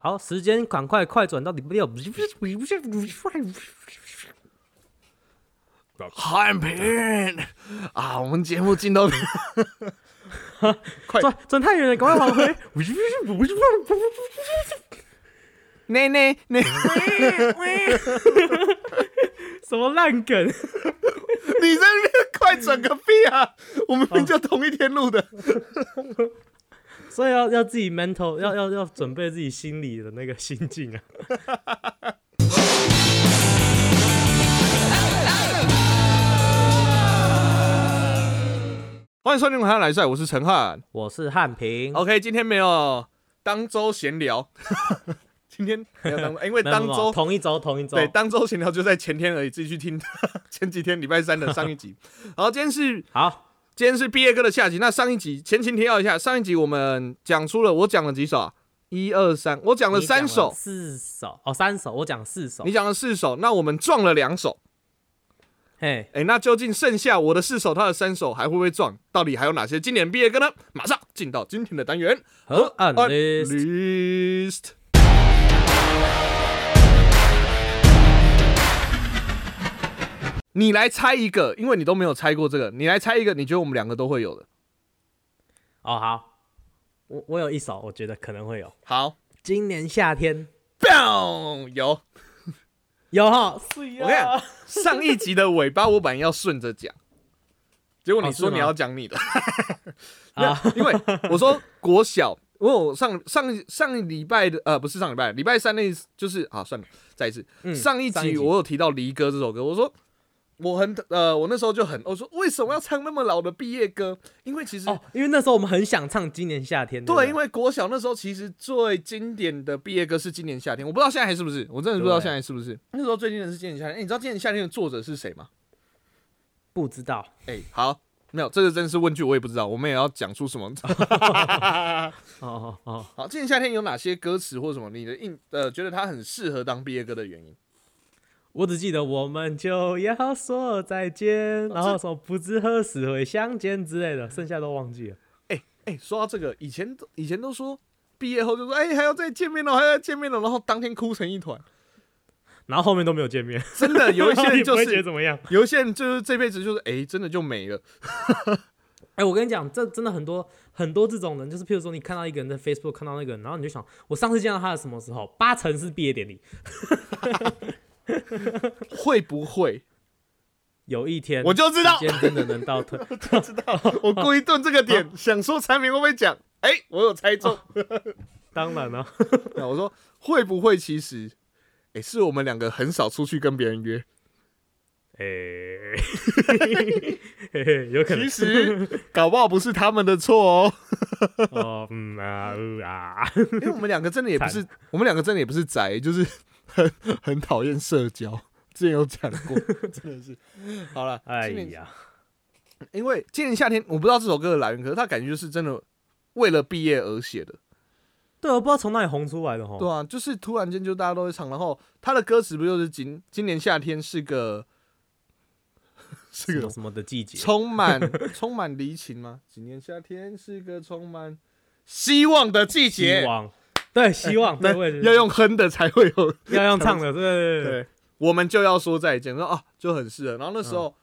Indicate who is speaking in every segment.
Speaker 1: 好，时间赶快快转到礼拜六。
Speaker 2: 汉平啊，我们节目 进到快
Speaker 1: 转转太远了，赶快往回。
Speaker 2: 内内内，
Speaker 1: 什么烂梗？
Speaker 2: 你在那边快转个屁啊！我们明明就同一天录的，
Speaker 1: 所以要要自己 mental，要要要准备自己心里的那个心境啊。
Speaker 2: 欢迎收听《汉来帅》，我是陈汉。
Speaker 1: 我是汉平，
Speaker 2: OK，今天没有当周闲 聊，今天没有当，因为
Speaker 1: 没有
Speaker 2: 当
Speaker 1: 没有
Speaker 2: 周
Speaker 1: 同一周同一周，
Speaker 2: 对，当周闲聊就在前天而已，自己去听 前几天礼拜三的上一 集。然后今天是
Speaker 1: 好，
Speaker 2: 今天是毕业歌的下集，那上一集前情提要一下，上一集我们讲出了我讲了几首、啊，一二三，我讲了
Speaker 1: 你讲
Speaker 2: 三首，
Speaker 1: 四首哦，三首，我讲四首
Speaker 2: 你。讲了四首，那我们撞了两首，
Speaker 1: 嘿，
Speaker 2: 哎、那究竟剩下我的四首，他的三首还会不会撞？到底还有哪些经典毕业歌呢？马上进到今天的单元
Speaker 1: 和
Speaker 2: 呃
Speaker 1: on list，
Speaker 2: list。你来猜一个，因为你都没有猜过这个，你来猜一个，你觉得我们两个都会有的。
Speaker 1: 哦，好，我我有一首，我觉得可能会有。
Speaker 2: 好
Speaker 1: 今年夏天
Speaker 2: b 有。
Speaker 1: 有哈，是
Speaker 2: 我跟你讲，上一集的尾巴我本来要顺着讲，结果你
Speaker 1: 哦是
Speaker 2: 说
Speaker 1: 吗
Speaker 2: 你要讲你的，
Speaker 1: 啊，
Speaker 2: 因为我说国小，因为我上上一上一礼拜的呃不是上礼拜，礼拜三那一就是啊算了，再一次，
Speaker 1: 嗯
Speaker 2: 上一
Speaker 1: 上一
Speaker 2: 集
Speaker 1: 集
Speaker 2: 我有提到《离歌》这首歌，我说我很呃我那时候就很我说为什么要唱那么老的毕业歌？因为其实、
Speaker 1: 哦，因为那时候我们很想唱《今年夏天》
Speaker 2: 对，因啊
Speaker 1: 为
Speaker 2: 为国小那时候其实最经典的毕业歌是《今年夏天》，我不知道现在还是不是，我真的不知道
Speaker 1: 对
Speaker 2: 现在是不是。那时候最经典的是《今年夏天》诶你知道《今年夏天》的作者是谁吗？
Speaker 1: 不知道。
Speaker 2: 哎、好，没有，这个真是问句，我也不知道，我们也要讲出什么。
Speaker 1: 哦哦哦，
Speaker 2: 好，《今年夏天》有哪些歌词或什么？你的印呃，觉得它很适合当毕业歌的原因？
Speaker 1: 我只记得我们就要说再见，然后什么不知何时会相见之类的，剩下都忘记了。
Speaker 2: 哎、说到这个，以前以前都说毕业后就说，哎、还要再见面了，还要再见面哦了，然后当天哭成一团。
Speaker 1: 然后后面都 没有见面，
Speaker 2: 真的，有一些人
Speaker 1: 你不
Speaker 2: 就
Speaker 1: 会觉得
Speaker 2: 是，
Speaker 1: 怎么样？
Speaker 2: 有一些人就是这辈子就是，哎、真的就没了。
Speaker 1: 哎、我跟你讲，这真的很多很多这种人，就是譬如说你看到一个人在 Facebook 看到那个人，然后你就想，我上次见到他是什么时候？八成是毕业典礼。
Speaker 2: 会不会？
Speaker 1: 有一天，
Speaker 2: 我就知道
Speaker 1: 时，间真的能倒退。
Speaker 2: 我故意顿这个点，想说产品会不会讲？哎、我有 猜中。
Speaker 1: 当然 了、
Speaker 2: 那我说会不会？其实，哎、是我们两个很少出去跟别人约。
Speaker 1: 哎、嘿嘿，有可能
Speaker 2: 其。实搞不好不是他们的错哦，
Speaker 1: 哦，嗯啊呃啊，
Speaker 2: 因为我们两个真的也不是，我们两个真的也不是宅，就是很很讨厌社交。之前有讲过， 真的是。好了，
Speaker 1: 哎
Speaker 2: 今年，
Speaker 1: 呀，
Speaker 2: 因为今年夏天我不知道这首歌的来源，可是它感觉就是真的为了毕业而写的。
Speaker 1: 对，啊我不知道从哪里红出来的吼。
Speaker 2: 对啊，就是突然间就大家都会唱，然后它的歌词不就是今今年夏天是个是
Speaker 1: 什
Speaker 2: 个
Speaker 1: 么什么的季节，
Speaker 2: 充满 充满离情吗？今年夏天是个充满希望的季节
Speaker 1: 希。望，对，希望，对，
Speaker 2: 那
Speaker 1: 我也觉得
Speaker 2: 要用哼的才会有。
Speaker 1: 要用唱的，对对对对，
Speaker 2: 对，我们就要说再见，说啊，就很适合。然后那
Speaker 1: 嗯
Speaker 2: 时候，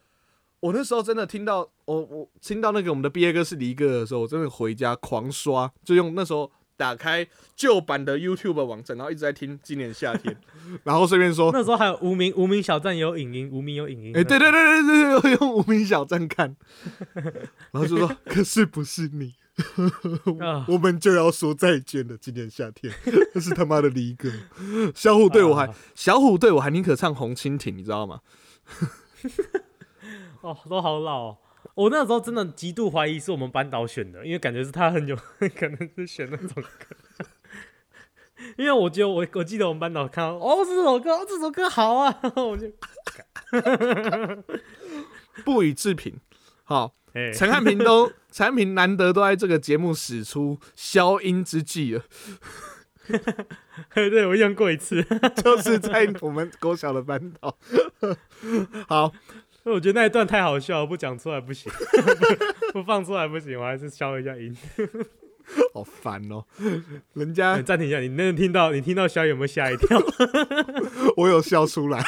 Speaker 2: 我那时候真的听到，我我听到那个我们的毕业歌是离歌的时候，我真的回家狂刷，就用那时候打开旧版的 YouTube 网站，然后一直在听今年夏 天，然后顺便说，
Speaker 1: 那时候还有无名无名小站有影音，无名有影音，
Speaker 2: 哎、对对对对对对，用无名小 站看，然后就说，可是不是你。
Speaker 1: 啊，
Speaker 2: 我们就要说再见了。今年夏天， 这是他妈的离歌。小虎对我
Speaker 1: 啊
Speaker 2: 还，小虎对我还宁可唱《红蜻蜓》，你知道吗？
Speaker 1: 哦，都好老哦。我那时候真的极度怀疑是我们班导选的，因为感觉是他很有 可能是选那种歌，因为我觉得我我记得我们班导看到哦这首歌、哦、这首歌好啊， 我就
Speaker 2: 不予置评。好，
Speaker 1: 哎
Speaker 2: 陈汉平都，陈汉平难得都在这个节目使出消音之计了，
Speaker 1: 对我用过一次，
Speaker 2: 就是在我们国小的班导。 好，
Speaker 1: 我觉得那一 段太好笑了，不讲出来不行，不不放出来不行，我还是消一下音。
Speaker 2: 好烦哦、人家
Speaker 1: 哎暂停一下，你能听到你听到小雨有没有吓一跳？
Speaker 2: 我有笑出来，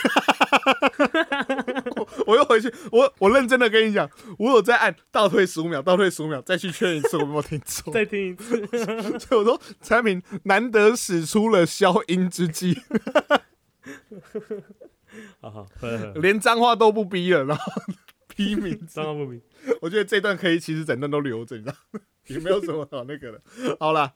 Speaker 2: 我我又回去，我我认真的跟你讲，我有在按倒退十五秒，倒退十五秒，再去确认一次我有没有听错。
Speaker 1: 再听一次，
Speaker 2: 所以我说，产品难得使出了消音之计，
Speaker 1: 好好，回来回来
Speaker 2: 连脏话都不逼了，然后 批评。
Speaker 1: 张浩不明，
Speaker 2: 我觉得这段可以，其实整段都留着，你知道，也没有什么好那个的。好啦，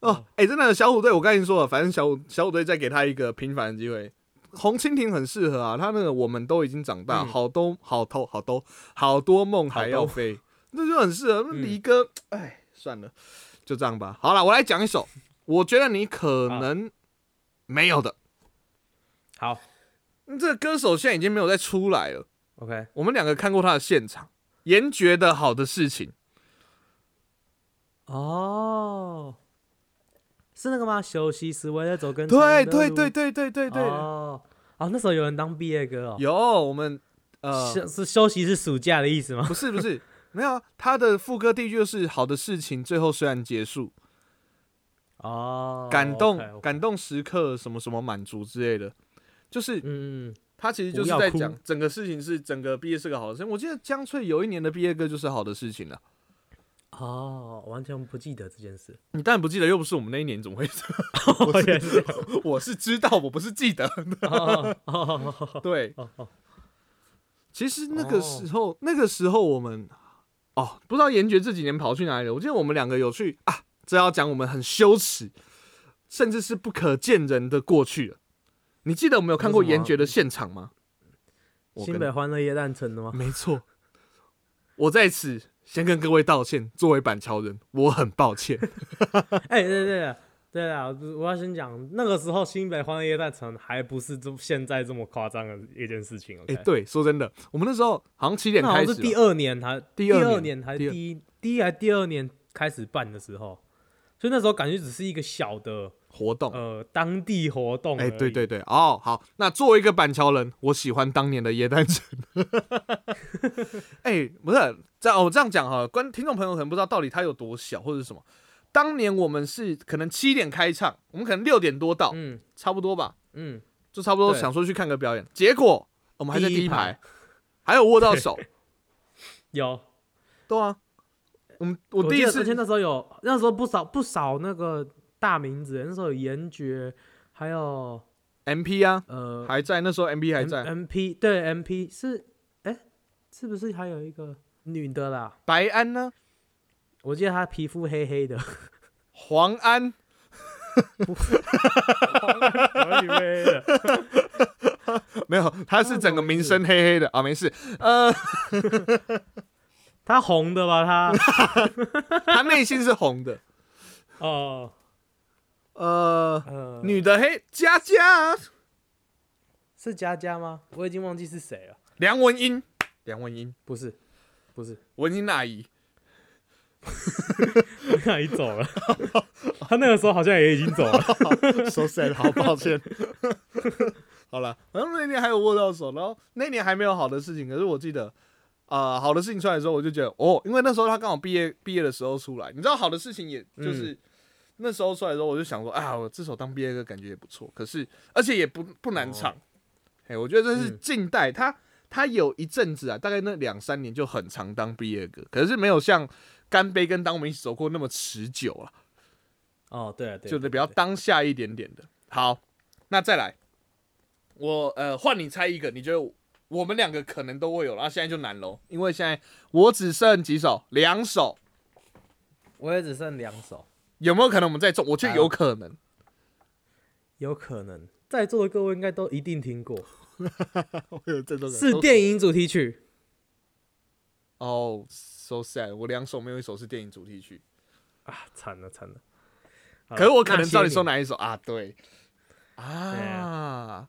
Speaker 2: 哦，哎、真的小虎队，我跟你说了，反正小虎小虎队再给他一个平凡的机会。红蜻蜓很适合啊，他那个我们都已经长大，
Speaker 1: 嗯
Speaker 2: 好多好多好多好多梦还要飞，那就很适合。那
Speaker 1: 嗯
Speaker 2: 离歌，哎、算了，就这样吧。好了，我来讲一首，我觉得你可能没有的。嗯
Speaker 1: 好
Speaker 2: 这个歌手现在已经没有再出来了。
Speaker 1: ，OK，
Speaker 2: 我们两个看过他的现场，严觉得好的事情，
Speaker 1: 哦，是那个吗？休息是为了走更长
Speaker 2: 对
Speaker 1: 的
Speaker 2: 对
Speaker 1: 路
Speaker 2: 对对对对对，
Speaker 1: 哦，哦，那时候有人当毕业歌哦，
Speaker 2: 有我们呃，
Speaker 1: 休是休息是暑假的意思吗？
Speaker 2: 不是不是， 没有啊他的副歌第一句就是“好的事情最后虽然结束，
Speaker 1: 哦，
Speaker 2: 感动
Speaker 1: OK，OK
Speaker 2: 感动时刻什么什么满足之类的”，就是
Speaker 1: 嗯，嗯嗯
Speaker 2: 他其实
Speaker 1: 不
Speaker 2: 就是
Speaker 1: 要
Speaker 2: 在
Speaker 1: 哭
Speaker 2: 讲整个事情是整个毕业是个好的事情。我记得江翠有一年的毕业歌就是好的事情啊了，
Speaker 1: 哦，完全不记得这件事。
Speaker 2: 你当然不记得，又不是我们那一年，怎么会？
Speaker 1: 哦，原来是这样
Speaker 2: 我是知道，我不是记得。
Speaker 1: 哦哦哦哦哦
Speaker 2: 对，
Speaker 1: 哦哦，
Speaker 2: 其实那个时候，那个时候我们哦，不知道严爵这几年跑去哪里了。我记得我们两个有去啊，这要讲我们很羞耻，甚至是不可见人的过去了。你记得我们有看过
Speaker 1: 那是什么
Speaker 2: 严爵的现场吗？我
Speaker 1: 嗯新
Speaker 2: 跟
Speaker 1: 北欢乐夜诞城的吗？
Speaker 2: 没错，我在此先跟各位道歉，作为板桥人，我很抱 歉。
Speaker 1: 哎，对对对对啊！我要先讲，那个时候新北欢乐夜诞城还不是这现在这么夸张的一件事情。
Speaker 2: 哎、
Speaker 1: OK，
Speaker 2: 对，说真的，我们那时候好像七点
Speaker 1: 那好
Speaker 2: 开
Speaker 1: 像
Speaker 2: 始
Speaker 1: 是
Speaker 2: 吧，
Speaker 1: 第二年还
Speaker 2: 第二
Speaker 1: 二
Speaker 2: 年
Speaker 1: 年还
Speaker 2: 第二
Speaker 1: 第一第一还第二年开始办的时候，所以那时候感觉只是一个小的
Speaker 2: 活动。
Speaker 1: 呃当地活动。
Speaker 2: 哎、对，对对，哦，好，那作为一个板桥人，我喜欢当年的耶诞城。 哎、不是，这样我哦这样讲哈，观听众朋友可能不知道到底它有多小或者是什么。当年我们是可能七点开唱，我们可能六点多到，
Speaker 1: 嗯
Speaker 2: 差不多吧，
Speaker 1: 嗯，
Speaker 2: 就差不多
Speaker 1: 对
Speaker 2: 想说去看个表演，结果我们还在
Speaker 1: 第
Speaker 2: 第
Speaker 1: 一
Speaker 2: 一
Speaker 1: 排
Speaker 2: 排，还有握到手，
Speaker 1: 有。
Speaker 2: 对啊，我们我
Speaker 1: 我
Speaker 2: 第
Speaker 1: 记
Speaker 2: 一
Speaker 1: 得
Speaker 2: 次
Speaker 1: 而且那时候有那时候不少不少那个大名字，那时候有严爵，还有
Speaker 2: M P 啊
Speaker 1: 呃
Speaker 2: 还在，那时候 M P 还
Speaker 1: M
Speaker 2: 在，
Speaker 1: M P 对 M P 是哎、是不是还有一个女的啦？
Speaker 2: 白安呢，
Speaker 1: 我记得她皮肤黑黑 的，
Speaker 2: 黄安，
Speaker 1: 皮肤黑的。
Speaker 2: 没有，他
Speaker 1: 啊
Speaker 2: 是整个名声黑黑的啊，没事，呃，
Speaker 1: 她红的吧？ 她
Speaker 2: 他内心是红的。
Speaker 1: 哦
Speaker 2: 呃，
Speaker 1: 呃，
Speaker 2: 女的黑佳佳啊，
Speaker 1: 是佳佳吗？我已经忘记是谁了。
Speaker 2: 梁文音，梁文音，
Speaker 1: 不是，不 是，
Speaker 2: 文音阿姨，
Speaker 1: 那已走了。 她那个时候好像也已经走了。
Speaker 2: 说 sad，好抱歉。 好了，然后那年还有握到手，然后那年还没有好的事情，可是我记得，啊，好的事情出来的时候，我就觉得哦，因为那时候他刚好毕业，毕业的时候出来，你知道好的事情也就是。那时候出来的时候，我就想说啊，我这首当毕业歌感觉也不错，可是而且也不不难唱，哎、我觉得这是
Speaker 1: 嗯
Speaker 2: 近代他他有一阵子啊，大概那两三年就很常当毕业歌，可是没有像《干杯》跟《当我们一起走过》那么持久啊，
Speaker 1: 哦，对了，对了，
Speaker 2: 就是
Speaker 1: 对
Speaker 2: 比较
Speaker 1: 对
Speaker 2: 当下一点点的。好，那再来，我呃换你猜一个，你觉得我们两个可能都会有了，啊、现在就难喽，因为现在我只剩几首，两首，
Speaker 1: 我也只剩两首，
Speaker 2: 有没有可能我们再中？我觉得
Speaker 1: 来
Speaker 2: 有
Speaker 1: 哦
Speaker 2: 可 能。
Speaker 1: 有可能在座的各位应该都一定听过，
Speaker 2: 我有这种
Speaker 1: 是电影主题曲。
Speaker 2: 哦、s o sad，我两首没有一首是电影主题曲，
Speaker 1: 啊，惨了惨了！
Speaker 2: 可是我可能知
Speaker 1: 照
Speaker 2: 道你说？哪一首啊？对，啊，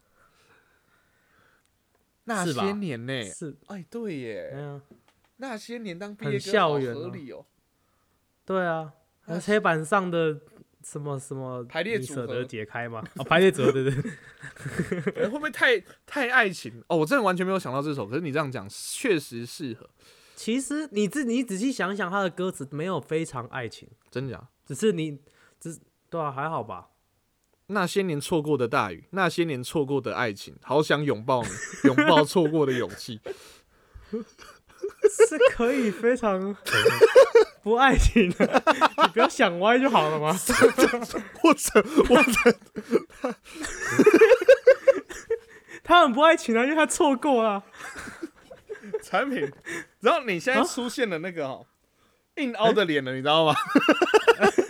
Speaker 2: 那
Speaker 1: 是吧
Speaker 2: 些年呢、
Speaker 1: 那些年是，
Speaker 2: 哎，对耶，
Speaker 1: 哎呀，
Speaker 2: 那些年当毕
Speaker 1: 很
Speaker 2: 业歌
Speaker 1: 校
Speaker 2: 好
Speaker 1: 园
Speaker 2: 合
Speaker 1: 哦
Speaker 2: 理哦、
Speaker 1: 对啊，
Speaker 2: 那
Speaker 1: 那
Speaker 2: 是
Speaker 1: 黑板上的什么什么
Speaker 2: 排列
Speaker 1: 你
Speaker 2: 组
Speaker 1: 舍
Speaker 2: 合
Speaker 1: 得解开吗？哦，排列组合，对对对，
Speaker 2: 哎会不会太太爱情？哦，我真的完全没有想到这首，可是你这样讲确实适合，
Speaker 1: 其实你自你仔细想想，他的歌词没有非常爱情，
Speaker 2: 真假？
Speaker 1: 只是你只对啊，还好吧？
Speaker 2: 那些年错过的大雨，那些年错过的爱情，好想拥抱你，拥抱错过的勇气。
Speaker 1: 是可以非 常不爱情的，你不要想歪就好了吗？
Speaker 2: 我整我整，
Speaker 1: 他很不爱情啊，因为他错过了啊。
Speaker 2: 产品，然后你现在出现了那个、哦硬凹的脸了，你知道吗？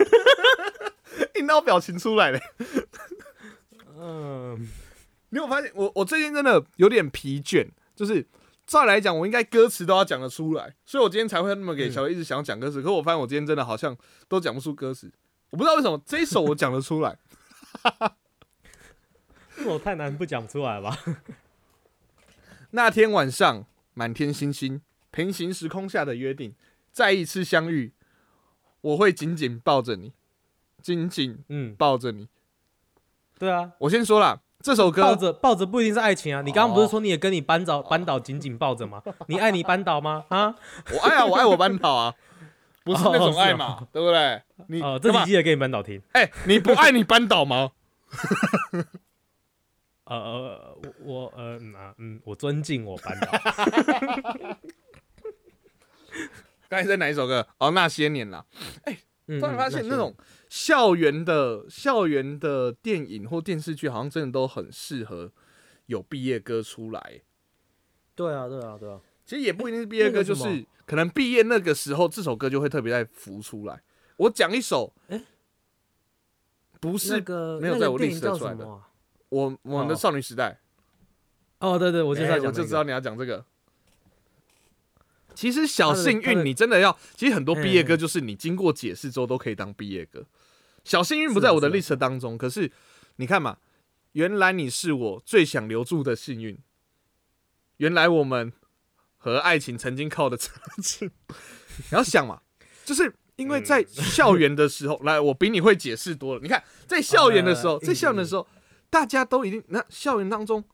Speaker 2: 硬凹表情出来了。
Speaker 1: 嗯，
Speaker 2: 你有发现我我最近真的有点疲倦，就是照理来讲我应该歌词都要讲得出来，所以我今天才会那么给小薇一直想要讲歌词，可我发现我今天真的好像都讲不出歌词，我不知道为什么这一首我讲得出来，
Speaker 1: 这首太难不讲出来吧？
Speaker 2: 那天晚上，满天星星，平行时空下的约定，再一次相遇，我会紧紧抱着你，紧紧
Speaker 1: 嗯，
Speaker 2: 抱着你。
Speaker 1: 对啊，
Speaker 2: 我先说啦，这首
Speaker 1: 抱
Speaker 2: 歌
Speaker 1: 着抱着不一定是爱情啊。你刚刚不是说你也跟你班导班导紧紧抱着 吗？你爱你班导吗？啊？
Speaker 2: 我爱啊，我爱我班导啊，不是那种爱嘛，
Speaker 1: 哦
Speaker 2: 对不对？你
Speaker 1: 哦，
Speaker 2: 干
Speaker 1: 这
Speaker 2: 嘛
Speaker 1: 集记得给你班导听。
Speaker 2: 哎、你不爱你班导吗？
Speaker 1: 呃呃，我我呃嗯啊嗯，我尊敬我班导。
Speaker 2: 刚才在哪一首歌？哦，那些年啦。
Speaker 1: 嗯
Speaker 2: 突然发
Speaker 1: 嗯
Speaker 2: 现
Speaker 1: 是
Speaker 2: 那种校园的校园的电影或电视剧，好像真的都很适合有毕业歌出来。
Speaker 1: 对啊对啊对啊，
Speaker 2: 其实也不一定是毕业歌，
Speaker 1: 那个
Speaker 2: 就
Speaker 1: 什么
Speaker 2: 是可能毕业那个时候，这首歌就会特别在浮出来。我讲一首，
Speaker 1: 哎
Speaker 2: 不
Speaker 1: 那
Speaker 2: 是
Speaker 1: 个
Speaker 2: 没有
Speaker 1: 那
Speaker 2: 在
Speaker 1: 个
Speaker 2: 我
Speaker 1: 电
Speaker 2: 历
Speaker 1: 影
Speaker 2: 史的
Speaker 1: 叫
Speaker 2: 出
Speaker 1: 什
Speaker 2: 来的
Speaker 1: 么啊？
Speaker 2: 我我们的
Speaker 1: 哦
Speaker 2: 少女时代，
Speaker 1: 哦对对，我
Speaker 2: 我
Speaker 1: 就在讲
Speaker 2: 哎我
Speaker 1: 那
Speaker 2: 就知
Speaker 1: 个
Speaker 2: 道你要讲这个。其实小
Speaker 1: 他的
Speaker 2: 幸
Speaker 1: 他的
Speaker 2: 运，你真的要，其实很多毕业歌
Speaker 1: 嗯
Speaker 2: 就是你经过解释之后都可以当毕业歌。小幸运不
Speaker 1: 是啊
Speaker 2: 在我的
Speaker 1: 是啊
Speaker 2: list 当中，可是你看嘛，原来你是我最想留住的幸运，原来我们和爱情曾经靠得这么近。 你要想嘛，就是因为在 校园的时候，来，我比你会解释多了。你看，在校园的时候，
Speaker 1: 来来来
Speaker 2: 在校园的时候，大家都一定，那校园当中，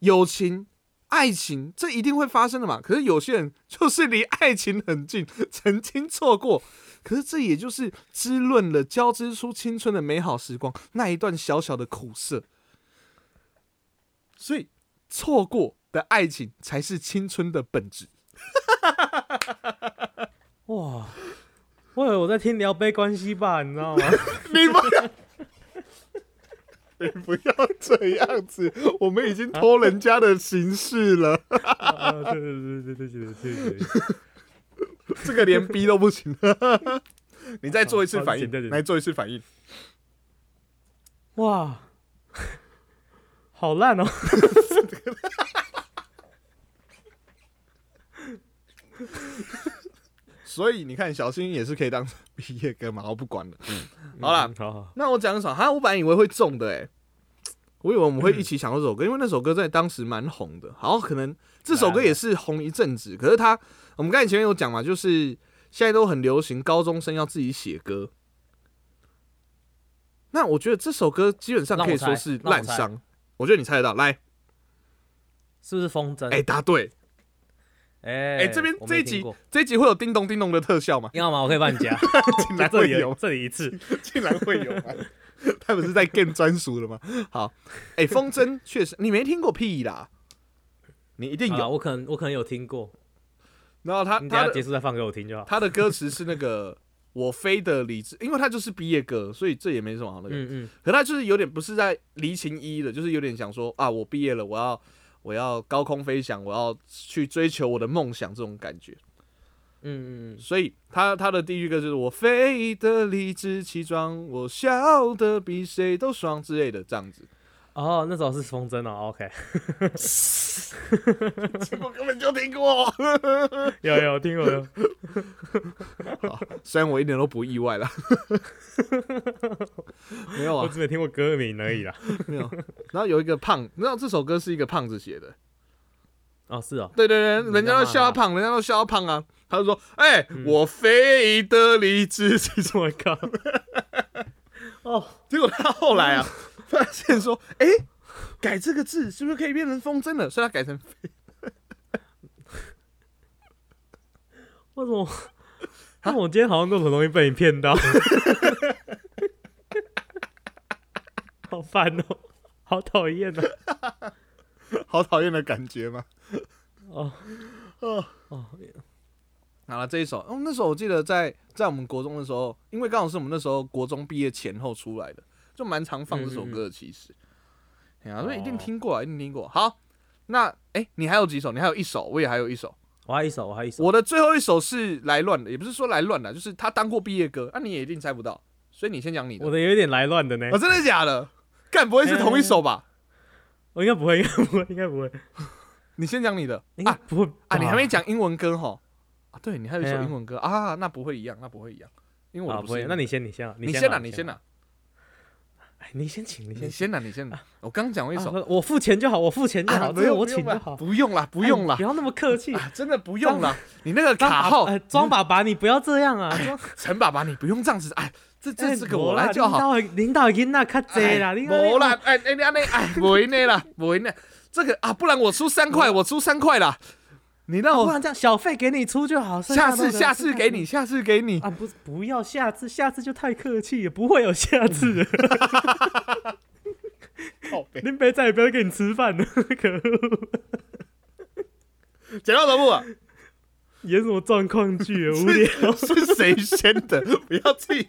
Speaker 2: 友情、爱情，这一定会发生的嘛。可是有些人就是离爱情很近，曾经错过。可是这也就是滋润了、交织出青春的美好时光那一段小小的苦涩。所以，错过的爱情才是青春的本质。
Speaker 1: 哇，我以为我在听聊杯关系吧，你知 道吗？
Speaker 2: 你不要， 你不要这样子，我们已经偷人家的形式了，
Speaker 1: 啊，对对对对对对对对对，
Speaker 2: 这个连逼都不行。 你再做一次反
Speaker 1: 好好剪掉
Speaker 2: 应，
Speaker 1: 剪掉
Speaker 2: 来做一次反应。
Speaker 1: 哇，好烂哦！
Speaker 2: 所以你看，小新也是可以当 毕业歌嘛，我不管了。 好啦
Speaker 1: 嗯，好好，
Speaker 2: 那我讲一首，哈，我本来以为会中的哎、我以为我们会一起想到这首歌，因为那首歌在当时蛮红的。好，可能这首歌也是红一阵子，可是它，我们刚才前面有讲嘛，就是现在都很流行高中生要自己写歌。那我觉得这首歌基本上可以说是
Speaker 1: 让
Speaker 2: 烂
Speaker 1: 我猜让
Speaker 2: 伤，我觉得你猜得到。来，
Speaker 1: 是不是风筝？
Speaker 2: 哎、答对，
Speaker 1: 哎
Speaker 2: 哎、这边
Speaker 1: 我
Speaker 2: 这
Speaker 1: 没
Speaker 2: 一
Speaker 1: 听
Speaker 2: 集
Speaker 1: 过
Speaker 2: 这一集会有叮咚叮咚的特效吗？
Speaker 1: 你好吗？我可以帮你加，
Speaker 2: 竟
Speaker 1: 来
Speaker 2: 然
Speaker 1: 这
Speaker 2: 会
Speaker 1: 里
Speaker 2: 有
Speaker 1: 有，这里一次。
Speaker 2: 竟然会有、啊， 他们是在 game 专属的吗？好，哎、风筝确实，你没听过屁啦，你一定
Speaker 1: 啊，
Speaker 2: 有。
Speaker 1: 我可能我可能有听过，
Speaker 2: 然后他
Speaker 1: 你等一
Speaker 2: 他
Speaker 1: 下结
Speaker 2: 的
Speaker 1: 束再放给我听就好。
Speaker 2: 他的歌词是那个我飞的理智，因为他就是毕业歌，所以这也没什么好那个。
Speaker 1: 嗯嗯，
Speaker 2: 可他就是有点不是在离情依依的，就是有点想说啊，我毕业了，我要我要高空飞翔，我要去追求我的梦想这种感觉。
Speaker 1: 嗯嗯
Speaker 2: 所以他他的第一句歌就是“我飞得理直气壮，我笑得比谁都爽”之类的这样子。
Speaker 1: 嗯，哦，那时候是风筝哦，OK，
Speaker 2: 结果根本就听过。
Speaker 1: 有有听过有，
Speaker 2: 虽然我一点都不意外啦， 没有
Speaker 1: 我
Speaker 2: 啊，
Speaker 1: 只没听过歌名而已啦。
Speaker 2: 没有。然后有一个胖，你知道这首歌是一个胖子写的，
Speaker 1: 哦，是 哦，
Speaker 2: 对对对，人家都笑他胖，人家都笑他胖啊。他就说：“哎、我飞得理直气壮。
Speaker 1: 我靠，哦，”
Speaker 2: 结果他后来 啊，发现说：“哎、改这个字是不是可以变成风筝了？”所以他改成
Speaker 1: 啊为什么？但我今天好像都很容易被你骗 到，好烦哦、好讨厌哦。
Speaker 2: 好讨厌的感觉吗？
Speaker 1: 哦
Speaker 2: 哦
Speaker 1: 哦，
Speaker 2: 好了，这一首，哦，那时候我记得在在我们国中的时候，因为刚好是我们那时候国中毕业前后出来的，就蛮常放这首歌的。其实，哎呀、所以一定
Speaker 1: 嗯哦
Speaker 2: 听过啊，一定听过。好，那哎、你还有几首？你还有一首，我也还有一首。
Speaker 1: 我还有一首，我还有一首，
Speaker 2: 我的最后一首是来乱的，也不是说来乱的，就是他当过毕业歌，那、啊你也一定猜不到，所以你先讲你的。
Speaker 1: 我的有点来乱的呢
Speaker 2: 啊、。真的假的？干不会是同一首吧？
Speaker 1: 我应该不会，应该不会，应该不会，
Speaker 2: 你先讲你的
Speaker 1: 应该
Speaker 2: 啊
Speaker 1: 不会
Speaker 2: 啊！你还没
Speaker 1: 吧
Speaker 2: 讲英文歌吼？啊，对你还有一
Speaker 1: 哎
Speaker 2: 首
Speaker 1: 呀
Speaker 2: 英文歌啊，那不会一样，那不会一样，因为我
Speaker 1: 啊？
Speaker 2: 的
Speaker 1: 不
Speaker 2: 是
Speaker 1: 会，
Speaker 2: 英
Speaker 1: 那
Speaker 2: 文
Speaker 1: 你先，你先啊，
Speaker 2: 你
Speaker 1: 先
Speaker 2: 先
Speaker 1: 啊
Speaker 2: 拿，你
Speaker 1: 先
Speaker 2: 先
Speaker 1: 啊，
Speaker 2: 拿，
Speaker 1: 哎，你先请，你
Speaker 2: 你
Speaker 1: 先
Speaker 2: 先拿，你先拿。我刚讲了一
Speaker 1: 请。啊
Speaker 2: 首，
Speaker 1: 不我付钱就好，我付钱就
Speaker 2: 啊
Speaker 1: 好，这
Speaker 2: 不
Speaker 1: 个
Speaker 2: 用
Speaker 1: 我
Speaker 2: 不用
Speaker 1: 请
Speaker 2: 啦
Speaker 1: 就好，
Speaker 2: 不用啦，不
Speaker 1: 哎
Speaker 2: 用
Speaker 1: 你
Speaker 2: 啦
Speaker 1: 不，要那么客气。
Speaker 2: 啊真的不用啦。你那个卡号
Speaker 1: 哎，，庄爸爸，你不要这样啊！
Speaker 2: 陈爸爸，你不用这样子，哎，这 这
Speaker 1: 哎
Speaker 2: 这个
Speaker 1: 没
Speaker 2: 我
Speaker 1: 啦
Speaker 2: 来就好。
Speaker 1: 领导的领导的囡仔较济啦，你
Speaker 2: 没啦，哎哎，你安尼哎，不会呢啦，不会呢。这个啊，不然我出三块，我出三块啦。你让
Speaker 1: 不
Speaker 2: 我
Speaker 1: 然这样小费给你出就好。剩
Speaker 2: 下
Speaker 1: 的
Speaker 2: 次
Speaker 1: 都
Speaker 2: 下次给你，下次给你。
Speaker 1: 啊！不是不要下次，下次就太客气了，不会有下次的。
Speaker 2: 靠 北
Speaker 1: 林北再也不要跟你吃饭了，可恶！
Speaker 2: 剪到头部啊！
Speaker 1: 演什么状况剧啊，无聊。
Speaker 2: 是谁先的？不要自己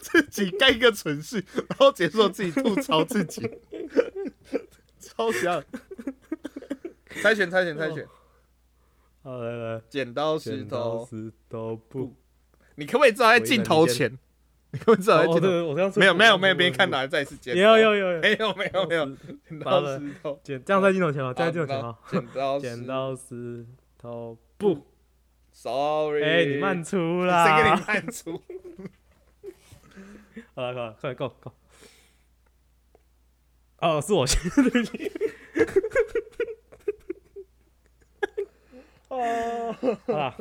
Speaker 2: 自己干一个蠢事，然后接受自己吐槽自 己，超香。猜拳，猜拳，猜拳，
Speaker 1: 好，来来，
Speaker 2: 剪刀石
Speaker 1: 剪刀
Speaker 2: 头。
Speaker 1: 石头布。
Speaker 2: 你可不可以至少在镜头前？你可不可以至少在
Speaker 1: 哦，
Speaker 2: 镜头？
Speaker 1: 对，我刚刚说
Speaker 2: 没有，没有，没有，别人看。哪再一次剪
Speaker 1: 有
Speaker 2: 刀。
Speaker 1: 有有有，
Speaker 2: 没有，没有，没有。剪刀石头，
Speaker 1: 剪这样在镜头前吗？这
Speaker 2: 好
Speaker 1: 样在镜头前吗？
Speaker 2: 剪刀
Speaker 1: 剪
Speaker 2: 石
Speaker 1: 刀石头布。
Speaker 2: ，sorry。
Speaker 1: 哎，你慢出啦！
Speaker 2: 谁给你慢出？
Speaker 1: 好了，好了，快 go go。哦，是我先，对不起。
Speaker 2: 哦，
Speaker 1: 好啦，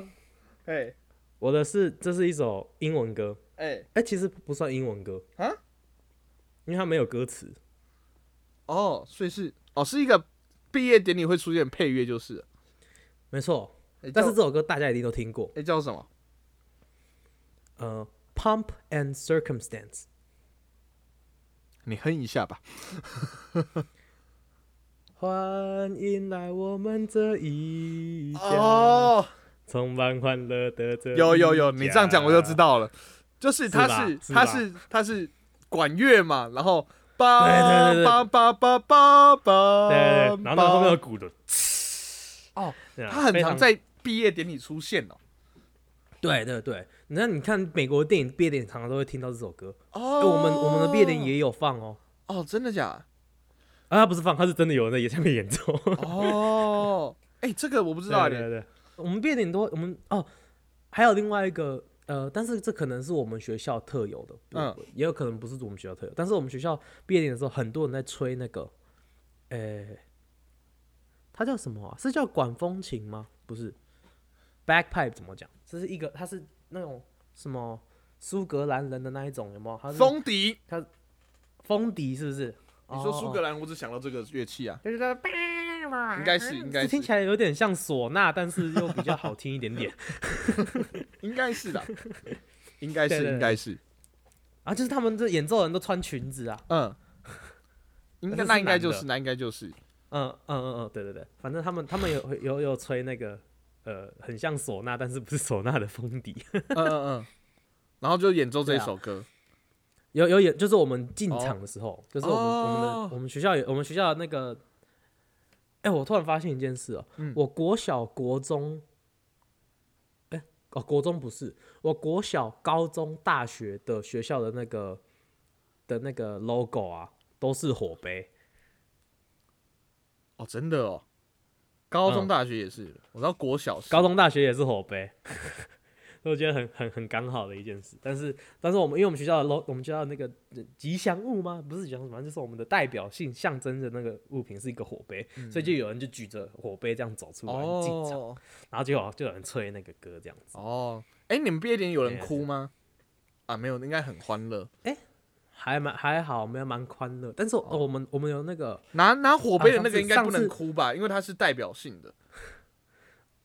Speaker 2: 哎
Speaker 1: 我的是这是一首英文歌，
Speaker 2: 哎
Speaker 1: 哎、其实不算英文歌，
Speaker 2: 啊！
Speaker 1: 因为它没有歌词。
Speaker 2: 哦，所以是哦，是一个毕业典礼会出现配乐，就是了。
Speaker 1: 没错，
Speaker 2: 诶
Speaker 1: 但是
Speaker 2: 哎叫哎
Speaker 1: 这首歌大家一定都听过，
Speaker 2: 诶叫什么？
Speaker 1: 呃，Pump and Circumstance。
Speaker 2: 你哼一下吧。
Speaker 1: 欢迎来我们这一家，
Speaker 2: 哦，
Speaker 1: 充满欢乐的这一
Speaker 2: 有有有，你这样讲我就知
Speaker 1: 家。
Speaker 2: 道了，就是它
Speaker 1: 是
Speaker 2: 是
Speaker 1: 吧
Speaker 2: 它
Speaker 1: 是
Speaker 2: 是它是管乐嘛，然后叭
Speaker 1: 对对对对
Speaker 2: 叭叭叭叭叭，
Speaker 1: 对对对，然后那个后面有鼓的，
Speaker 2: 哦，
Speaker 1: 对啊
Speaker 2: 它很
Speaker 1: 非
Speaker 2: 常在毕业典礼出现哦。
Speaker 1: 对对对，你看，你看美国电影毕业典礼常常都会听到这首歌。哎、
Speaker 2: 哦，
Speaker 1: 我们我们的毕业典礼也有放哦，
Speaker 2: 哦，真的假
Speaker 1: 啊，他不是放，他是真的有人在也下面演奏。
Speaker 2: 的？哦，哎，这个我不知道
Speaker 1: 对
Speaker 2: 耶
Speaker 1: 对对，我们毕业典礼都我们哦，还有另外一个呃，但是这可能是我们学校特有的，
Speaker 2: 嗯
Speaker 1: 嗯，也有可能不是我们学校特有，但是我们学校毕业典礼的时候，很多人在吹那个，呃、它叫什么啊？是叫管风琴吗？不是，bagpipe 怎么讲？这是一个，它是那种什么苏格兰人的那一种，有没有？它是
Speaker 2: 风笛。
Speaker 1: 风笛是不是？
Speaker 2: 你说苏
Speaker 1: 哦
Speaker 2: 格兰，我只想到这个乐器啊。
Speaker 1: 就是在
Speaker 2: 应该是应该是
Speaker 1: 听起来有点像唢呐，但是又比较好听一点点
Speaker 2: 应该是 的，应该
Speaker 1: 对
Speaker 2: 是，
Speaker 1: 对
Speaker 2: 应该是，
Speaker 1: 啊。就是他们这演奏的人都穿裙子啊，
Speaker 2: 嗯， 应该
Speaker 1: 但是是
Speaker 2: 那应该就
Speaker 1: 男
Speaker 2: 是，那应该就是，
Speaker 1: 嗯嗯嗯嗯，对对对，反正他们他们有有有吹那个呃，很像唢呐，但是不是唢呐的风笛，
Speaker 2: 嗯嗯嗯， 然后就演奏这
Speaker 1: 对啊
Speaker 2: 首歌，
Speaker 1: 有有演，就是我们进场的时候，就是我们、我们
Speaker 2: 哦
Speaker 1: 的我们学校有我们学校的那个，哎、我突然发现一件事哦、
Speaker 2: 嗯
Speaker 1: 我国小国中，哎、哦国中不是，我国小高中大学的学校的那个的那个 logo 啊，都是火杯，
Speaker 2: 哦，真的哦，高中
Speaker 1: 嗯
Speaker 2: 大学也是，我知道国小是
Speaker 1: 高中大学也是火杯。 所以我觉得很很很刚好的一件事，但是但是我们因为我们学校的 lo，我们学校的那个呃吉祥物吗？不是吉祥物，反正就是我们的代表性象征的那个物品是一个火杯，所以就有人就举着火杯这样走出来进场，
Speaker 2: 哦
Speaker 1: 然后就有就有人吹那个歌这样子，
Speaker 2: 哦，哎，你们毕业典礼有人
Speaker 1: 哎呀
Speaker 2: 哭吗？啊，没有，应该很欢乐，
Speaker 1: 还蛮还好，没有蛮欢乐。但是我、呃我们我们有那个
Speaker 2: 拿拿火杯的
Speaker 1: 啊上
Speaker 2: 那个
Speaker 1: 次
Speaker 2: 应该不
Speaker 1: 上次
Speaker 2: 能哭吧，因为它是代表性的，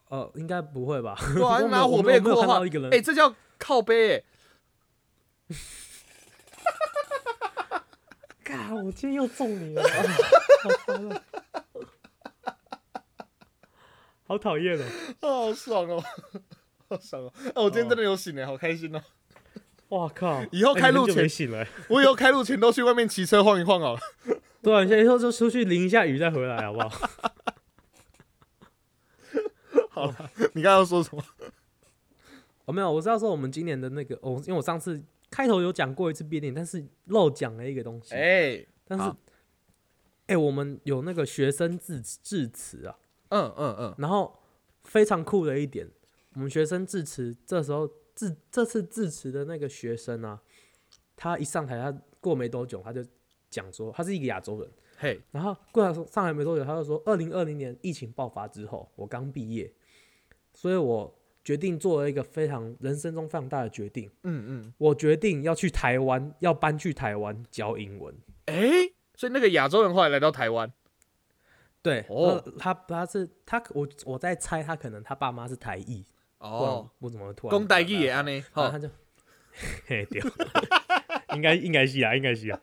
Speaker 1: 呃，应该不会吧？
Speaker 2: 对 啊，
Speaker 1: 不过我
Speaker 2: 你
Speaker 1: 们
Speaker 2: 拿
Speaker 1: 我
Speaker 2: 火
Speaker 1: 们
Speaker 2: 背
Speaker 1: 我们有
Speaker 2: 括
Speaker 1: 看
Speaker 2: 号
Speaker 1: 到一个，人，
Speaker 2: 哎，这叫靠背欸，
Speaker 1: 嘎，我今天又中你了， 啊好烦啊 好讨厌哦！
Speaker 2: 好爽哦， 好爽哦！哦，我今天真的有醒哎，好开心哦！
Speaker 1: 哇靠，
Speaker 2: 以后
Speaker 1: 哎
Speaker 2: 开
Speaker 1: 你很
Speaker 2: 路
Speaker 1: 久
Speaker 2: 前
Speaker 1: 没醒了欸，
Speaker 2: 我以后开路前都去外面骑车晃一晃好了。
Speaker 1: 对啊，你现在以后就出去淋一下雨再回来好 不好？
Speaker 2: 好了，你刚刚说什么？
Speaker 1: 哦，没有，我是要说我们今年的那个，哦，因为我上次开头有讲过一次变脸，但是漏讲了一个东西，
Speaker 2: 哎，
Speaker 1: 但是，哎
Speaker 2: 好、
Speaker 1: 我们有那个学生致致辞啊，
Speaker 2: 嗯嗯嗯，
Speaker 1: 然后非常酷的一点，我们学生致辞这时候致这次致辞的那个学生啊，他一上台，他过没多久他就讲说，他是一个亚洲人，
Speaker 2: 嘿，
Speaker 1: 然后过来上海没多久，他就说，二零二零年疫情爆发之后，我刚毕业，所以我决定做了一个非常人生中非常大的决定，
Speaker 2: 嗯嗯，
Speaker 1: 我决定要去台湾，要搬去台湾教英文。
Speaker 2: 哎，所以那个亚洲人后来来到台湾，
Speaker 1: 对，
Speaker 2: 哦
Speaker 1: 呃他他是他，我我在猜他可能他爸妈是台裔，不然
Speaker 2: 哦，
Speaker 1: 我怎么会突然
Speaker 2: 公台语也
Speaker 1: 也，
Speaker 2: 安呢，
Speaker 1: 然后
Speaker 2: 好
Speaker 1: 他，就 嘿丢， 应该应该是啊，应该是啊，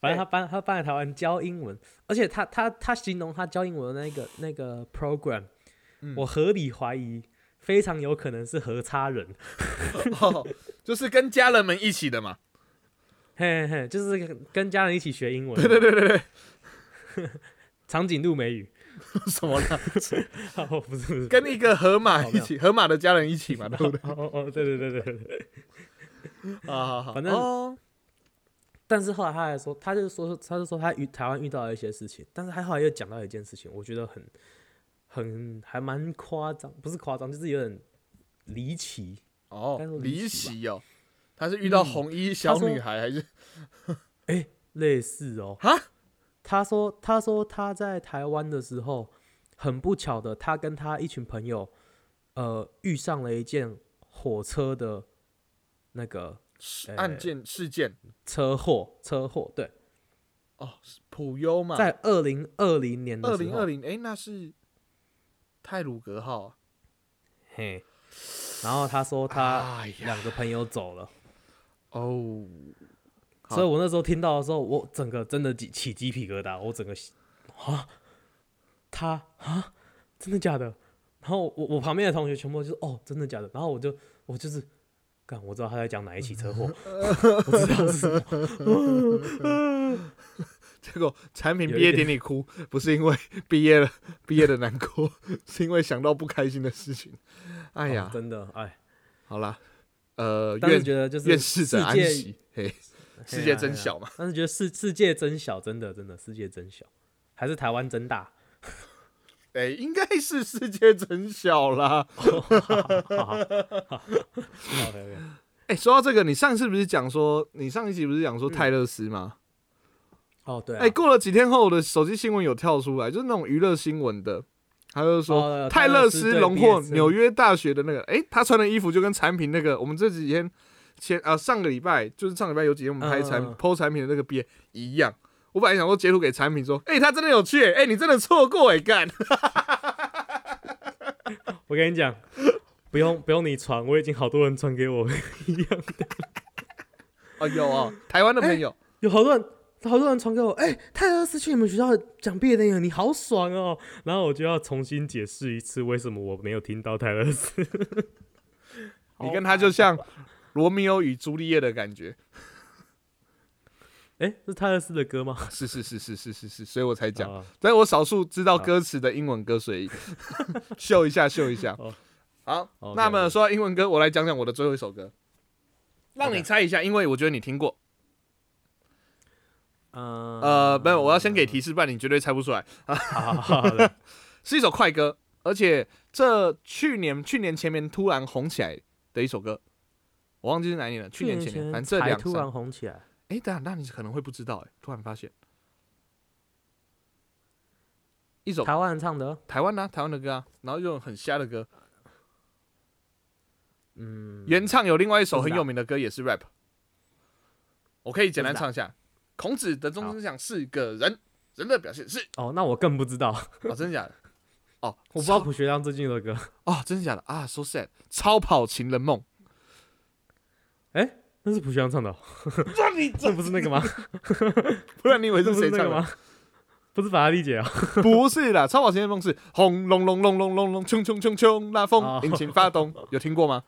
Speaker 1: 反正他搬他搬来台湾教英文，而且他他他形容他教英文的那个那个 program，、
Speaker 2: 嗯
Speaker 1: 我合理怀疑非常有可能是和差人，
Speaker 2: 哦就是跟家人们一起的嘛。
Speaker 1: 嘿嘿，嘿，就是跟跟家人一起学英文，对对对对对， 长颈鹿美语，
Speaker 2: 什么啦？
Speaker 1: 哦不是不是，
Speaker 2: 跟一个河马一起，河马的家人一起嘛，对 不对？啊
Speaker 1: 哦哦对对对对对。
Speaker 2: 好好好，
Speaker 1: 反正
Speaker 2: 哦
Speaker 1: 但是后来他还说，他就说，他就说他遇台湾遇到了一些事情，但是他后来又讲到一件事情，我觉得很很还蛮夸张，不是夸张，就是有点离奇。该
Speaker 2: 哦
Speaker 1: 说，
Speaker 2: 离
Speaker 1: 离奇吧嗯
Speaker 2: 奇哦，他是遇到红衣小女孩还是
Speaker 1: 哎、类似哦。
Speaker 2: 啊？
Speaker 1: 他说，他说他在台湾的时候，很不巧的，他跟他一群朋友，呃，遇上了一件火车的那个哎
Speaker 2: 是案件事件？
Speaker 1: 车祸，车祸对，
Speaker 2: 哦，是普优嘛，
Speaker 1: 在二零二零年的时
Speaker 2: 二
Speaker 1: 候，
Speaker 2: 零二零，哎，那是泰鲁格号啊。
Speaker 1: 嘿，然后他说他
Speaker 2: 哎呀
Speaker 1: 两个朋友走了。
Speaker 2: 哦，好
Speaker 1: 所以我那时候听到的时候，我整个真的起起鸡皮疙瘩，我整个 啊，他啊，真的假的？然后我我旁边的同学全部就是哦，真的假的？然后我就我就是，干，我知道他在讲哪一起车祸，
Speaker 2: 嗯
Speaker 1: 我知道是什 么，
Speaker 2: 结果产品
Speaker 1: 有
Speaker 2: 毕
Speaker 1: 一
Speaker 2: 业
Speaker 1: 点
Speaker 2: 典礼哭，不是因为 毕业了毕业的难过， 是因为想到不开心的事情。哎
Speaker 1: 哦
Speaker 2: 呀，
Speaker 1: 真的哎，
Speaker 2: 好啦，呃，
Speaker 1: 但是
Speaker 2: 愿
Speaker 1: 觉得就是
Speaker 2: 愿逝者
Speaker 1: 世
Speaker 2: 安
Speaker 1: 界
Speaker 2: 息。嘿，
Speaker 1: 嘿
Speaker 2: 世界
Speaker 1: 啊
Speaker 2: 真
Speaker 1: 嘿啊
Speaker 2: 小嘛
Speaker 1: 但是觉得世世界真小，真的真的世界真小，还是台湾真大，
Speaker 2: 哎，应该是世界真小 啦。
Speaker 1: 哈哈哈哈 OK，OK
Speaker 2: 哎，说到这个，你上次不是讲说，你上一集不是讲说
Speaker 1: 嗯
Speaker 2: 泰勒斯吗？
Speaker 1: 哦对、啊，
Speaker 2: 哎，过了几天后，我的手机新闻有跳出来，就是那种娱乐新闻的。他就
Speaker 1: 哦
Speaker 2: 说
Speaker 1: 泰
Speaker 2: 泰
Speaker 1: 勒
Speaker 2: 勒
Speaker 1: 斯
Speaker 2: 斯
Speaker 1: 对
Speaker 2: 荣
Speaker 1: 毕业
Speaker 2: 获
Speaker 1: 生
Speaker 2: 纽约大学的那个，哎，他穿的衣服就跟产品那个，我们这几天前啊上个礼拜就是上礼拜有几天我们拍
Speaker 1: 嗯嗯
Speaker 2: 产
Speaker 1: 嗯
Speaker 2: PO 产品的那个毕业一样。我本来想说截图给产品说，哎，他真的有去，哎，你真的错过哎 干。
Speaker 1: 我跟你讲，不用不用你传，我已经好多人传给我一样的，
Speaker 2: 哦，有哦，台湾的朋友，
Speaker 1: 有好多人好多人传给我，哎、泰勒斯去你们学校讲毕业典礼，你好爽哦！然后我就要重新解释一次为什么我没有听到泰勒 斯。哎
Speaker 2: 你跟他就
Speaker 1: 哦
Speaker 2: 像罗密欧与朱丽叶的感觉，
Speaker 1: 哎、是泰勒斯的歌吗？
Speaker 2: 是是是是是是是，所以我才讲，
Speaker 1: 啊
Speaker 2: 但我少数知道歌词的英文歌，所以秀一下秀一下
Speaker 1: 哦。
Speaker 2: 好
Speaker 1: 哦，
Speaker 2: 那
Speaker 1: 了解
Speaker 2: 么说到英文歌，我来讲讲我的最后一首歌，让你
Speaker 1: OK
Speaker 2: 猜一下，因为我觉得你听过。
Speaker 1: 嗯，
Speaker 2: 呃，没有，我要先给提示，不然你绝对猜不出来。
Speaker 1: 好，好好好 的，
Speaker 2: 是一首快歌，而且这去年、去年前年突然红起来的一首歌，我忘记是哪一年了，去年前年，反正这
Speaker 1: 才
Speaker 2: 两
Speaker 1: 突
Speaker 2: 三
Speaker 1: 然红起来，
Speaker 2: 哎、等一下，那你可能会不知道、哎，突然发现一首
Speaker 1: 台湾人唱的，
Speaker 2: 台湾的啊、台湾的歌啊，然后又有很瞎的歌，
Speaker 1: 嗯，
Speaker 2: 原唱有另外一首
Speaker 1: 不知
Speaker 2: 很
Speaker 1: 道
Speaker 2: 有名的啊歌也是 rap，我可以简单
Speaker 1: 不知道
Speaker 2: 唱一下。孔子的终身思想是个人，人的表现是
Speaker 1: 哦，那我更不知道，
Speaker 2: 哦，真的假的？ 哦，
Speaker 1: 我不知道朴学亮最近的歌，
Speaker 2: 哦，真的假的啊？So sad，超跑情人梦，
Speaker 1: 哎、那是朴学亮唱的哦、
Speaker 2: 让你
Speaker 1: 这 不是那 个吗？
Speaker 2: 不然你以为
Speaker 1: 这
Speaker 2: 是
Speaker 1: 不是
Speaker 2: 谁
Speaker 1: 那
Speaker 2: 唱
Speaker 1: 个
Speaker 2: 的？
Speaker 1: 吗？不是法拉利姐啊、
Speaker 2: 不是啦，超跑情人梦是轰隆隆隆隆隆隆，冲冲冲冲，拉
Speaker 1: 哦
Speaker 2: 风，引擎发动，有听过吗？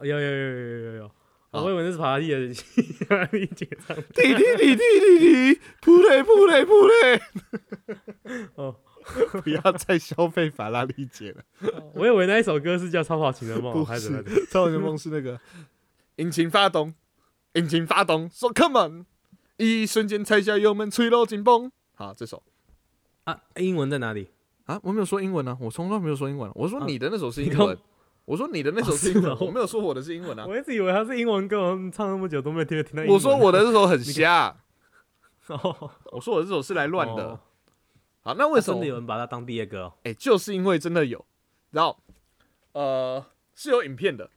Speaker 1: 有有有有有有有，
Speaker 2: 好
Speaker 1: 我以为那是法拉利的 法拉利姐唱的。
Speaker 2: 滴滴滴滴滴滴，扑嘞扑嘞扑嘞。
Speaker 1: 哦，
Speaker 2: 不要再消费法拉利姐了，
Speaker 1: 我以为那一首歌是叫《超跑情人梦》，哦
Speaker 2: 不
Speaker 1: 还是
Speaker 2: 是超人梦是那个引擎发动，引擎发动，说 come on，一瞬间踩下油门，吹到紧绷。好，这首
Speaker 1: 啊？英文在哪里？
Speaker 2: 啊，我没有说英文啊，我从来没有说英文，我说你的那首是
Speaker 1: 你
Speaker 2: 英
Speaker 1: 刚
Speaker 2: 文，我说你的那首
Speaker 1: 哦
Speaker 2: 是
Speaker 1: 是
Speaker 2: 英文，
Speaker 1: 哦
Speaker 2: 我没有说我的是英文啊，
Speaker 1: 我一直以为它是英文歌，我们唱那么久都没有听听到英文。
Speaker 2: 我说我的这首很瞎，
Speaker 1: 哦，
Speaker 2: 我说我的这首是来乱的
Speaker 1: 哦。
Speaker 2: 好，那为什
Speaker 1: 真
Speaker 2: 么
Speaker 1: 的？有人把它当毕业歌、哦？
Speaker 2: 哎、就是因为真的有，然后呃是有影片的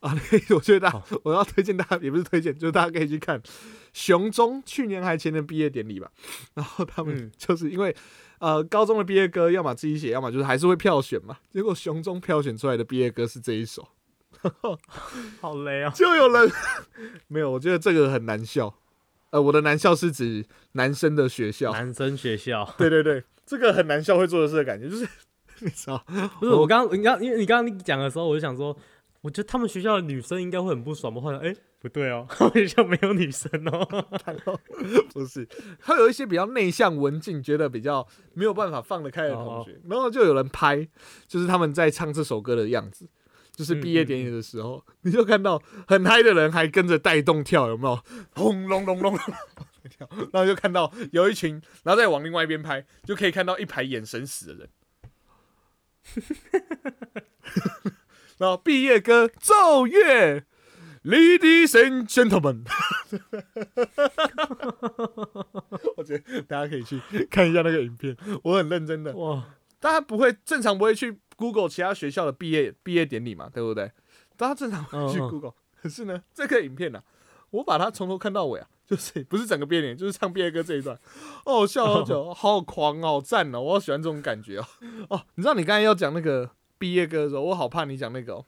Speaker 2: 啊， 那个我觉得大家我要推荐大家，也不是推荐，就是大家可以去看熊中去年还前年毕业典礼吧，然后他们
Speaker 1: 嗯
Speaker 2: 就是因为、呃高中的毕业歌要么自己写，要么就是还是会票选嘛，结果熊中票选出来的毕业歌是这一首，
Speaker 1: 好雷啊！
Speaker 2: 就有人 没有，我觉得这个很难笑，呃，我的难笑是指男生的学校，
Speaker 1: 男生学 校
Speaker 2: 对对对，这个很难笑会做的事的感觉就是 你知道。
Speaker 1: 不是我刚刚，你刚因为你刚刚讲的时候，我就想说，我觉得他们学校的女生应该会很不爽吧？后来哎，不对 哦，他们学校没有女生哦。
Speaker 2: 不是，他有一些比较内向、文静，觉得比较没有办法放得开的同学，然后就有人拍，就是他们在唱这首歌的样子，就是毕业典礼的时候，你就看到很嗨的人还跟着带动跳，有没有？轰隆隆 隆隆隆跳，然后就看到有一群，然后再往另外一边拍，就可以看到一排眼神死的人。然后毕业歌《奏乐》，Ladies and Gentlemen。我觉得大家可以去看一下那个影片，我很认真 的。
Speaker 1: 哇，
Speaker 2: 大家不会正常不会去 Google 其他学校的毕业毕业典礼嘛，对不对？大家正常会
Speaker 1: 嗯
Speaker 2: 去
Speaker 1: 嗯
Speaker 2: Google，、可是呢，这个影片呢、啊，我把它从头看到尾啊，就是不是整个毕业典礼，就是唱毕业歌这一段，哦，我笑好
Speaker 1: 嗯
Speaker 2: 久，好狂，好赞哦，我好喜欢这种感觉哦。哦，你知道你刚才要讲那个毕业歌的时候，我好怕你讲那个、哦，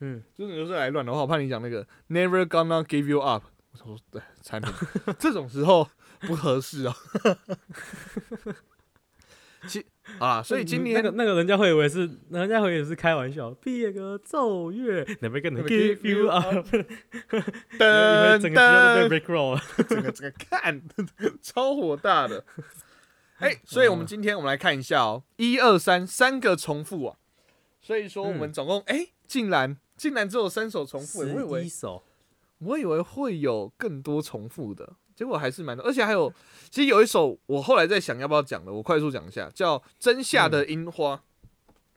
Speaker 1: 嗯，
Speaker 2: 就是你就是来乱的，我好怕你讲那个 Never gonna give you up。我想说，对，产品 这种时候不合适啊。 其啊，所以今年
Speaker 1: 那个那个人家会以为是，人家会以为是开玩笑，毕业歌奏乐，Never gonna give you up，
Speaker 2: 噔
Speaker 1: 你们整个学校都
Speaker 2: 噔，
Speaker 1: 被 Rick Roll 了。
Speaker 2: 整个整个看超火大的。哎、所以我们今天我们来看一下哦，一二三三个重复啊，所以说我
Speaker 1: 嗯
Speaker 2: 们总共哎、竟然竟然只有三首 重复、我以
Speaker 1: 十一
Speaker 2: 为
Speaker 1: 首，
Speaker 2: 我以为会有更多重复的，结果还是蛮多，而且还有其实有一首我后来在想要不要讲的，我快速讲一下，叫《真夏的樱花》，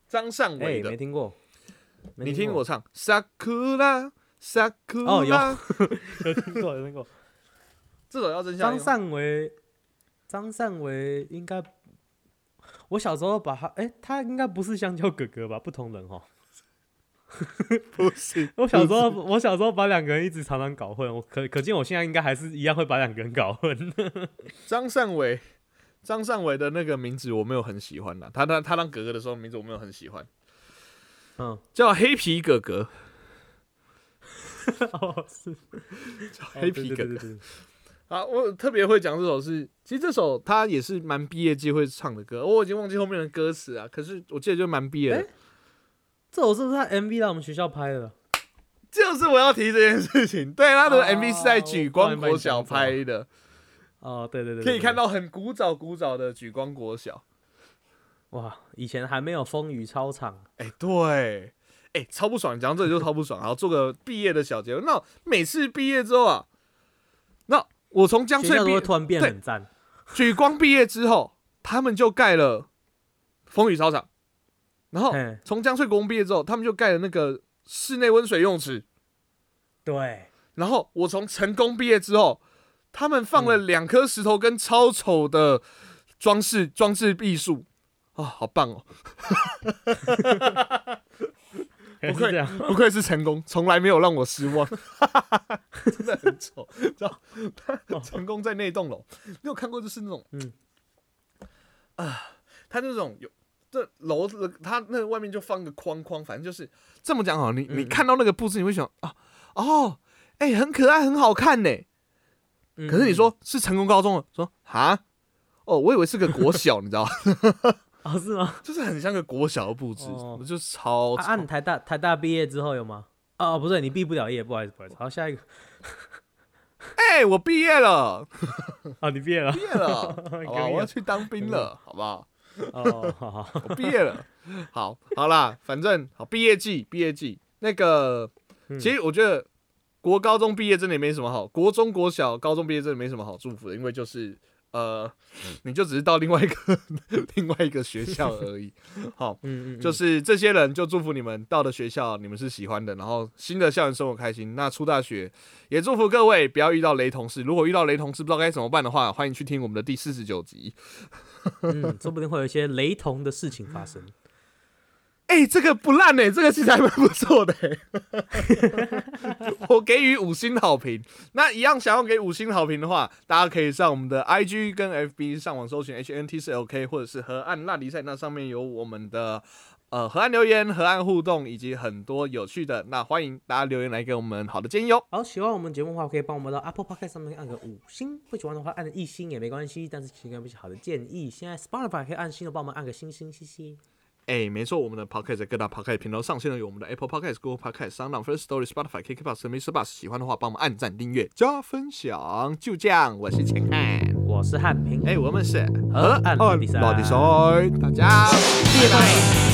Speaker 2: 张善
Speaker 1: 嗯哎，
Speaker 2: 伟的，
Speaker 1: 没听过，没
Speaker 2: 你听
Speaker 1: 过
Speaker 2: 我，唱，Sakura Sakura，、
Speaker 1: 哦有有听过，有听过。
Speaker 2: 这首要真夏
Speaker 1: 张
Speaker 2: 的樱花，
Speaker 1: 善为，张善为应该，我小时候把他，哎、他应该不是香蕉哥哥吧？不同人哦。
Speaker 2: 不是，
Speaker 1: 我小时 候，我小时候把两个人一直常常搞混，我可可见我现在应该还是一样会把两个人搞混。
Speaker 2: 张善伟，张善伟的那个名字我没有很喜欢啦，他他他当哥哥的时候名字我没有很喜欢，
Speaker 1: 嗯，
Speaker 2: 叫黑皮哥哥，
Speaker 1: 哦是
Speaker 2: 黑皮
Speaker 1: 哦对对
Speaker 2: 哥
Speaker 1: 对
Speaker 2: 哥。
Speaker 1: 对对
Speaker 2: 啊，我特别会讲这首是，其实这首他也是蛮毕业季会唱的歌，我已经忘记后面的歌词啊，可是我记得就蛮毕业的。
Speaker 1: 诶这首是不是他 MV 来我们学校拍的？
Speaker 2: 就是我要提这件事情，对，他的
Speaker 1: 哦
Speaker 2: MV 是在举光国小
Speaker 1: 我突然把
Speaker 2: 拍的，
Speaker 1: 哦，对对对
Speaker 2: 可以看
Speaker 1: 到
Speaker 2: 到很古早古早的举光国小。
Speaker 1: 哇，以前还没有风雨操场。
Speaker 2: 哎、对，哎、超不爽，讲到这里就超不爽。好，做个毕业的小结论。那每次毕业之后啊，那我从江
Speaker 1: 学
Speaker 2: 翠
Speaker 1: 校都
Speaker 2: 毕
Speaker 1: 会突然变冷战，
Speaker 2: 举光毕业之后，他们就盖了风雨操场，然后
Speaker 1: 嗯，
Speaker 2: 从江翠国中毕业之后，他们就盖了那个室内温水游泳池。
Speaker 1: 对，
Speaker 2: 然后我从成功毕业之后，他们放了两颗石头跟超丑的装饰装置艺术，啊、好棒哦！
Speaker 1: 不
Speaker 2: 愧
Speaker 1: 这样，
Speaker 2: 不愧是成功，从来没有让我失望， 真的很丑。知道，他成功在那栋楼，你有看过就是那种，嗯
Speaker 1: 嗯，
Speaker 2: 啊，他那种有这楼子它那外面就放个框框，反正就是这么讲好了。你你看到那个布置，你会想啊哦，哎、很可爱，很好看呢。
Speaker 1: 嗯
Speaker 2: 可是你说是成功高中的，说啊哦，我以为是个国小，你知道吗，
Speaker 1: 哦是吗？
Speaker 2: 就是很像个国小的布置，
Speaker 1: 哦
Speaker 2: 我就超
Speaker 1: 啊，啊你台大台大毕业之后有吗？哦，不对，你毕不了业，不好意思，不好意思。好，下一个
Speaker 2: 哎、我毕业了，
Speaker 1: 啊，你毕业了
Speaker 2: 毕业 了，好吧，
Speaker 1: 可以
Speaker 2: 我要
Speaker 1: 啊
Speaker 2: 去当兵了，好不好？
Speaker 1: 哦，好好，
Speaker 2: 我毕业了，好，好啦，反正好，毕业季，毕业季，那个，
Speaker 1: 嗯
Speaker 2: 其实我觉得国高中毕业真的也没什么好，国中、国小、高中毕业真的没什么好祝福的，因为就是呃，
Speaker 1: 嗯
Speaker 2: 你就只是到另外一个 另外一个学校而已。好，
Speaker 1: 嗯嗯，
Speaker 2: 就是是这些人就祝福你们到的学校你们是喜欢的，然后新的校园生活开心。那出大学也祝福各位不要遇到雷同事，如果遇到雷同事不知道该怎么办的话，欢迎去听我们的第四十九集。
Speaker 1: 嗯，说不定会有一些雷同的事情发生。
Speaker 2: 哎、这个不烂哎、这个其实还蛮不错的、欸。我给予五星好评。那一样想要给五星好评的话，大家可以上我们的 IG 跟 FB 上网搜寻 HNT 是 OK，或者是河岸烂泥赛，那上面有我们的呃河岸留言、河岸互动以及很多有趣的。那欢迎大家留言来给我们好的建议哦。
Speaker 1: 好，喜欢我们节目的话，可以帮我们到 Apple Podcast 上面按个五星，不喜欢的话按一星也没关系，但是请给我们一些好的建议。现在 Spotify 可以按星的，帮我们按个星星，谢谢。
Speaker 2: 哎，没错，我们的 Podcast 在各大 Podcast 频道上线了，有我们的 Apple Podcast、Google Podcast、Sound On、First Story、Spotify、KKBox、Mr. Bus。喜欢的话，帮我们按赞、订阅、加分享。就这样，我是秦汉。
Speaker 1: 我是汉平，
Speaker 2: 哎，我们是
Speaker 1: 河岸
Speaker 2: 河
Speaker 1: 老弟赛
Speaker 2: 老弟赛，大家拜拜。